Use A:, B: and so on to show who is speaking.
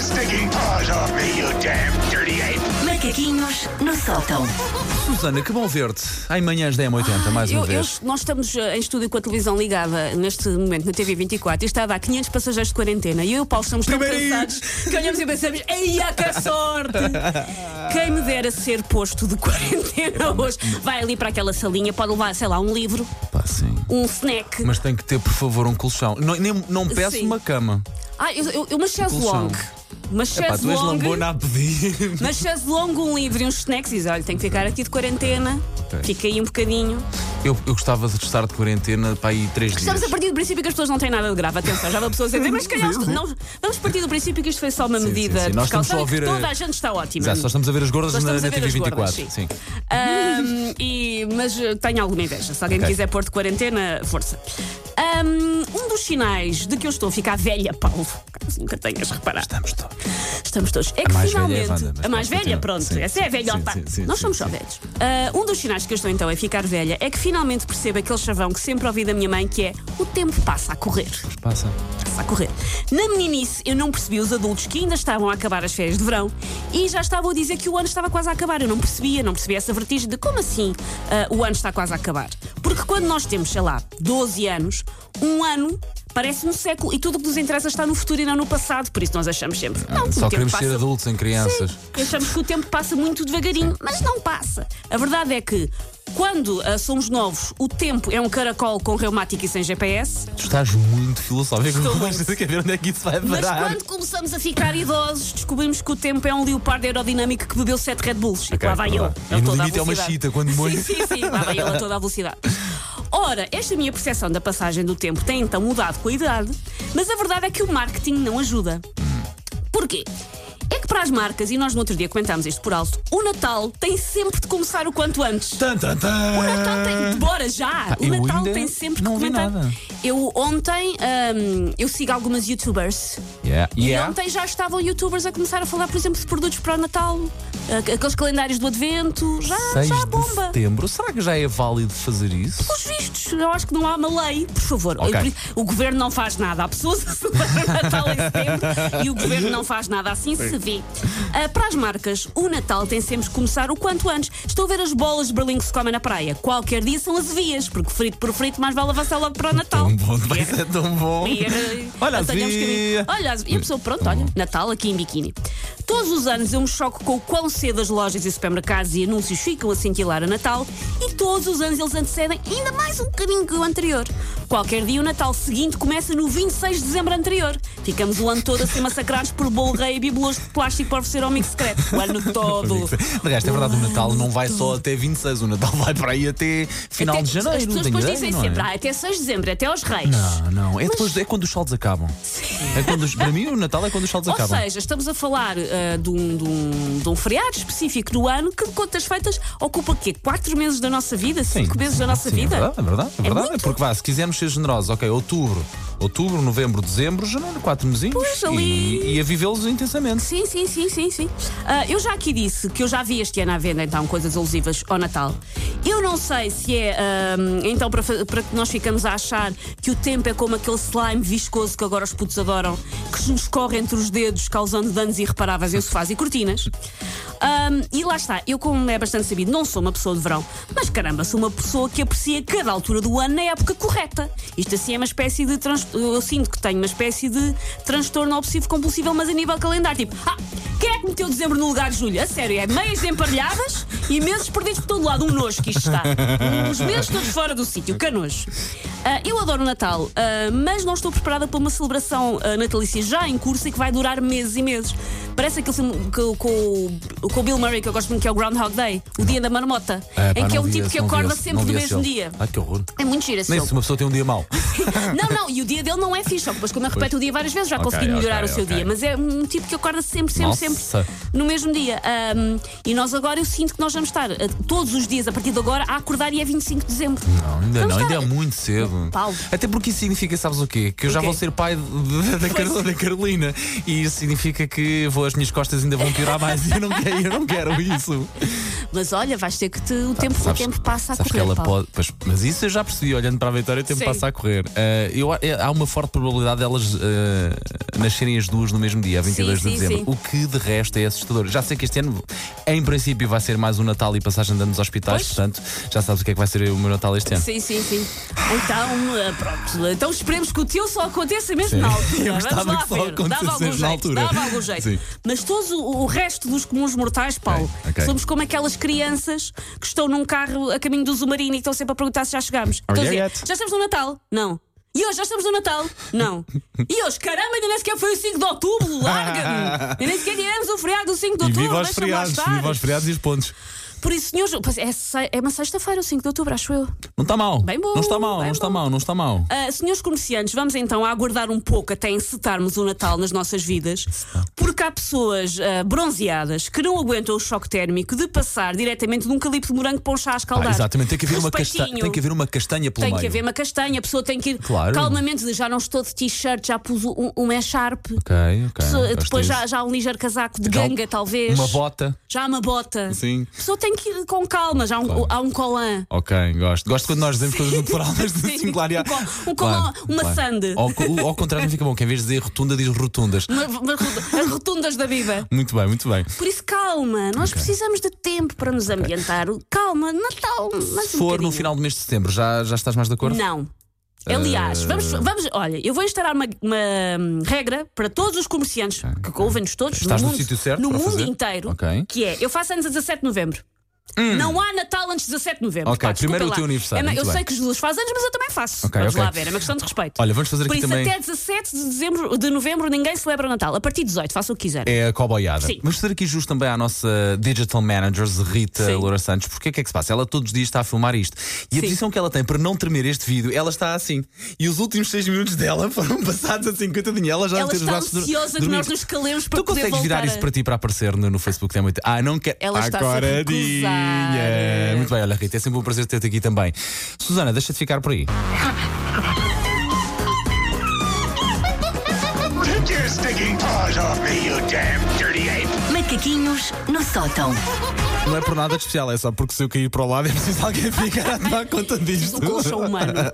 A: sticking paws off me, you damn dirty ape!
B: Macaquinhos no sótão.
C: Susana, que bom ver-te. Ai, manhãs da M80, mais uma
D: Eu- eu-
C: vez.
D: nós estamos eh, em estúdio com a televisão ligada neste momento na TV24 e estava a 500 passageiros de quarentena e eu e o Paulo estamos tão
C: Primeiro
D: cansados que olhamos e pensamos, ei, há que sorte! Quem me dera ser posto de quarentena hoje? Vai ali para aquela salinha, pode levar, sei lá, um livro,
C: Pá, sim.
D: um snack.
C: Mas tem que ter, por favor, um colchão. Não, nem, não me peço
D: Sim.
C: uma cama.
D: Ah, eu, eu, eu uma
C: colchão.
D: chaiselong.
C: Pá,
D: Uma
C: tu és
D: chaiselong.
C: lambona a pedir.
D: Uma chaiselong, um livro e uns snacks e diz, olha, tenho que ficar aqui de quarentena.
C: Ok.
D: Fica aí um bocadinho.
C: Eu, eu gostava de estar de quarentena para aí três
D: Estamos a
C: dias.
D: partir do princípio que as pessoas não têm nada de grave. Atenção, já vão pessoas a dizer, mas se calhar isto não. Vamos partir do princípio que isto foi só uma
C: Sim, sim,
D: medida
C: sim.
D: de
C: Nós estamos
D: precaução
C: só a
D: e que
C: ver a-
D: toda a gente está ótima.
C: Exato, só estamos a ver as gordas
D: Nós
C: na,
D: estamos
C: na
D: a ver as
C: TV24.
D: gordas, sim.
C: sim.
D: Ahm, e, mas eh, tenho alguma inveja. Se alguém
C: Ok.
D: me quiser pôr de quarentena, força. Ahm, um dos sinais de que eu estou a ficar velha, Paulo, caso nunca tenhas reparado,
C: Estamos todos.
D: estamos todos. É que
C: mais velha é a
D: finalmente.
C: Wanda, mas
D: a
C: pronto,
D: mais velha,
C: continua.
D: pronto.
C: Sim,
D: essa é a
C: sim,
D: velhota.
C: sim, sim,
D: Nós
C: sim,
D: somos
C: sim.
D: só velhos. Ah, um dos sinais que eu estou então a ficar velha é que finalmente percebo aquele chavão que sempre ouvi da minha mãe que é o tempo passa a correr.
C: Passa.
D: Está a correr. Na meninice, eu não percebi os adultos que ainda estavam a acabar as férias de verão e já estavam a dizer que o ano estava quase a acabar. Eu não percebia, não percebia essa vertigem de como assim ah, o ano está quase a acabar. Porque quando nós temos, sei lá, 12 anos, um ano parece um século e tudo o que nos interessa está no futuro e não no passado. Por isso nós achamos sempre.
C: Ah, Só
D: Não, o um tempo
C: queremos
D: passa
C: ser adultos em crianças.
D: Achamos que o tempo passa muito devagarinho, mas não passa. A verdade é que quando ah, somos novos, o tempo é um caracol com reumático e sem GPS.
C: Tu estás muito filosófico.
D: Estou
C: Mas quer ver onde é que isso vai
D: Mas
C: parar.
D: quando começamos a ficar idosos, descobrimos que o tempo é um leopardo aerodinâmico que bebeu sete Red Bulls. e que lá vai
C: vá
D: eu.
C: lá.
D: a
C: E no
D: toda a
C: limite é uma
D: velocidade.
C: chita, quando muito.
D: Sim, sim, sim. Lá vai eu a toda a velocidade. Ora, esta é minha percepção da passagem do tempo tem então mudado com a idade, mas a verdade é que o marketing não ajuda. Porquê? É que para as marcas, e nós no outro dia comentámos isto por alto, o Natal tem sempre de começar o quanto antes.
C: Tan, tan, tan.
D: O Natal tem. Bora já! o
C: eu
D: Natal
C: ainda
D: tem sempre
C: não
D: que
C: vi
D: comentar.
C: nada.
D: Eu ontem, hum, eu sigo algumas youtubers
C: Yeah.
D: e
C: Yeah.
D: ontem já estavam youtubers a começar a falar, por exemplo, de produtos para o Natal, a- aqueles calendários do Advento, já,
C: 6
D: Ah, já é
C: de
D: bomba.
C: setembro. Será que já é válido fazer isso?
D: Os vistos, eu acho que não há uma lei, por favor.
C: Ok.
D: Eu- O governo não faz nada. Há pessoas a celebrar o Natal em setembro e o governo não faz nada. Assim se vê. Ah, para as marcas, o Natal tem sempre que começar o quanto antes. Estou a ver as bolas de Berlim que se comem na praia. Qualquer dia são as vias, porque frito por frito, mais vale avançar logo para o
C: É
D: Natal.
C: Tão bom, vai ser tão bom.
D: E era-
C: Olha, a
D: apanhámos
C: Zia.
D: caminho. é um Olha, e a pessoa, pronto, olha, Natal aqui em biquíni. Todos os anos eu me choco com o quão cedo as lojas e supermercados e anúncios ficam a cintilar a Natal e todos os anos eles antecedem ainda mais um bocadinho que o anterior. Qualquer dia o Natal seguinte começa no 26 de dezembro anterior. Ficamos o ano todo a ser massacrados por bolo rei e bibelôs de plástico para oferecer ao amigo secreto. O ano
C: é.
D: todo.
C: De resto, é verdade, o Natal não vai só até 26, o Natal vai para aí até final
D: Até-
C: de janeiro.
D: as pessoas
C: não
D: depois
C: tem
D: dizem
C: ideia, não
D: sempre,
C: é?
D: ah, até 6 de dezembro, até aos reis.
C: Não, não, é, depois, é quando os saldos acabam. É quando os- para mim, o Natal é quando os saldos
D: Ou
C: acabam.
D: seja, estamos a falar ah, de, um, de um- de um feriado específico do ano que, de contas feitas, ocupa quê? Quatro meses da nossa vida? Cinco meses da nossa
C: Sim,
D: vida?
C: É verdade, é verdade. É
D: É
C: verdade.
D: muito.
C: Porque vá, se quisermos ser generosos, ok, outubro, outubro, novembro, dezembro, janeiro, quatro mesinhos
D: Pois,
C: e-
D: ali.
C: e, a vivê-los intensamente.
D: Sim, sim, sim, sim, sim. Ah, eu já aqui disse que eu já vi este ano à venda então coisas alusivas ao Natal. Eu não sei se é ahm, então para, fa- para que nós ficamos a achar que o tempo é como aquele slime viscoso que agora os putos adoram, que se nos corre entre os dedos, causando danos irreparáveis em sofás e cortinas. Ahm, e lá está, eu, como é bastante sabido, não sou uma pessoa de verão, mas caramba, sou uma pessoa que aprecia cada altura do ano na época correta. Isto assim é uma espécie de. trans- Eu sinto que tenho uma espécie de transtorno obsessivo-compulsivo, mas a nível calendário. Tipo, ah, quem é que meteu dezembro no lugar de julho? A sério, é meias emparelhadas e meses perdidos por todo lado. Um nojo que isto está. Os meses todos fora do sítio, canojo. Ah, eu adoro o Natal, ah, mas não estou preparada para uma celebração ah, natalícia já em curso e que vai durar meses e meses. Parece aquele filme que- com, o- com o Bill Murray que eu gosto muito, que é o Groundhog Day, o Dia da Marmota,
C: É, pá,
D: em que é
C: não
D: um
C: vi
D: tipo
C: esse,
D: que
C: não vi
D: acorda
C: esse,
D: sempre
C: não
D: do
C: vi esse,
D: mesmo
C: ele.
D: dia.
C: Ai, que horror.
D: É muito giro esse
C: Nem
D: filme.
C: se uma pessoa tem um dia mau.
D: Não, não, e o dia dele não é fixe, só que depois como eu repete o dia várias vezes já
C: Ok,
D: consegui melhorar
C: ok,
D: o seu
C: ok.
D: dia, mas é um tipo que acorda sempre, sempre,
C: Nossa.
D: sempre no mesmo dia. Ahm, e nós agora, eu sinto que nós vamos estar eh, todos os dias a partir de agora a acordar e é 25 de dezembro.
C: Não, ainda
D: Vamos
C: não, ainda é
D: estar-
C: muito cedo.
D: Paulo.
C: Até porque isso significa, sabes o quê? Que eu já
D: O quê?
C: vou ser pai de- de- da, Carol- da Carolina. E isso significa que vou, as minhas costas ainda vão piorar mais e eu não quero eu não quero isso.
D: Mas olha, vais ter que te. O, tempo,
C: Ah, Sabes-
D: o tempo passa a
C: sabes
D: correr.
C: que ela
D: Paulo.
C: pode- pois, mas isso eu já percebi, olhando para a Vitória, o tempo
D: Sim.
C: passa a correr. Eh, eu- eh, há uma forte probabilidade delas eh, nascerem as duas no mesmo dia, a 22
D: Sim,
C: de
D: sim,
C: dezembro.
D: sim.
C: O que de resto é assustador. Já sei que este ano, em princípio, vai ser mais um Natal e passagem de anos aos hospitais,
D: Pois.
C: portanto, já sabes o que é que vai ser o meu Natal este ano.
D: Sim, sim, sim. Então, eh, pronto. Então esperemos que o teu só aconteça mesmo
C: Sim.
D: na altura.
C: Eu gostava
D: Vamos lá
C: que só
D: ver. Dava
C: acontecesse
D: algum
C: na
D: jeito.
C: altura.
D: Dava algum jeito.
C: Sim.
D: Mas todos o, o resto dos comuns mortais, Paulo,
C: Ok, ok.
D: somos como aquelas crianças que estão num carro a caminho do Zumarino e estão sempre a perguntar se já chegámos.
C: Are
D: Estão a
C: you
D: dizer,
C: yet?
D: já estamos no Natal? Não. E hoje já estamos no Natal? Não. E hoje, caramba, ainda nem sequer foi o 5 de outubro, larga-me! E nem sequer tivemos o feriado do 5 de
C: E
D: outubro,
C: viva aos
D: deixa-me lá
C: feriados,
D: estar.
C: viva aos feriados e os pontos.
D: Por isso, senhores, pois é, se- é uma sexta-feira, o 5 de outubro, acho eu.
C: Não está mal.
D: Bem bom,
C: não está mal,
D: bem
C: não está
D: bom.
C: mal, não está mal.
D: Ah, senhores comerciantes, vamos então aguardar um pouco até encetarmos o Natal nas nossas vidas, porque há pessoas ah, bronzeadas que não aguentam o choque térmico de passar diretamente de um calipo de morango para um chá a
C: Pá,
D: escaldar.
C: Ah, exatamente, tem que, haver uma casta-
D: Respeitinho.
C: tem que haver uma castanha pelo
D: Tem que
C: meio.
D: haver uma castanha, a pessoa tem que ir
C: Claro.
D: calmamente dizer, já não estou de t-shirt, já pus um, um e-sharp.
C: Ok, ok.
D: Pessoa-
C: gosto
D: Depois
C: disso.
D: já, já um ligeiro casaco de
C: Já
D: ganga,
C: um-
D: talvez.
C: Uma bota.
D: Já uma bota.
C: Sim.
D: A pessoa tem que ir com calma, já há um,
C: Claro.
D: há um colã.
C: Ok, gosto. Gosto quando nós dizemos coisas no plural, mas assim, de
D: Sim.
C: singular. e há-
D: Um co- um colo- uma sande.
C: Ao, co- ao contrário, não fica bom. que em vez de dizer rotunda, diz rotundas.
D: Uma- uma rotunda- As rotundas da vida.
C: Muito bem, muito bem.
D: Por isso, calma, nós precisamos de tempo para nos ambientar. Calma, Natal, mas um
C: Se for no final do mês de setembro, já, já estás mais de acordo?
D: Não. Aliás, vamos,
C: Ah.
D: vamos, olha, eu vou instalar uma, uma, hum, regra para todos os comerciantes que ouvem-nos todos
C: Estás
D: no,
C: no
D: mundo,
C: sítio certo
D: no
C: para
D: mundo
C: fazer?
D: inteiro,
C: Ok. Hum.
D: que é, eu faço anos a 17 de novembro. Não há Natal antes de 17 de novembro.
C: Ok,
D: Pá, desculpem
C: primeiro o
D: lá.
C: teu aniversário,
D: É uma- eu
C: muito bem.
D: sei que os Luas fazem anos, mas eu também faço.
C: Ok,
D: vamos
C: ok.
D: lá ver, é uma questão de respeito.
C: Olha, vamos fazer
D: Por
C: aqui
D: isso,
C: também.
D: até 17 de dezembro, de novembro ninguém celebra o Natal. A partir de 18, faça o que quiser.
C: É a coboiada.
D: Sim.
C: Vamos fazer aqui justo também à nossa Digital Manager, Rita
D: Sim.
C: Loura Santos, porque é que é que se passa? Ela todos os dias está a filmar isto. E a
D: Sim.
C: posição que ela tem para não tremer este vídeo, ela está assim. E os últimos 6 minutos dela foram passados assim, coitadinha. Ela já
D: Ela
C: tem os
D: está
C: braços dur-
D: ansiosa que
C: dormidos.
D: nós nos calemos para
C: Tu
D: poder
C: consegues virar
D: voltar
C: isso
D: a-
C: para ti para aparecer no, no Facebook da noite? Ah, não quero.
D: Ela está-se a
C: Agora
D: recusar.
C: dia. Muito bem, olha, Rita, é sempre um prazer ter-te aqui também. Susana, deixa-te ficar por aí.
A: Take your stinking paws off me, you damn dirty ape!
B: Macaquinhos no sótão.
C: Não é por nada de especial, é só porque se eu cair para o lado é preciso alguém ficar a dar conta disto.
D: O colchão humano.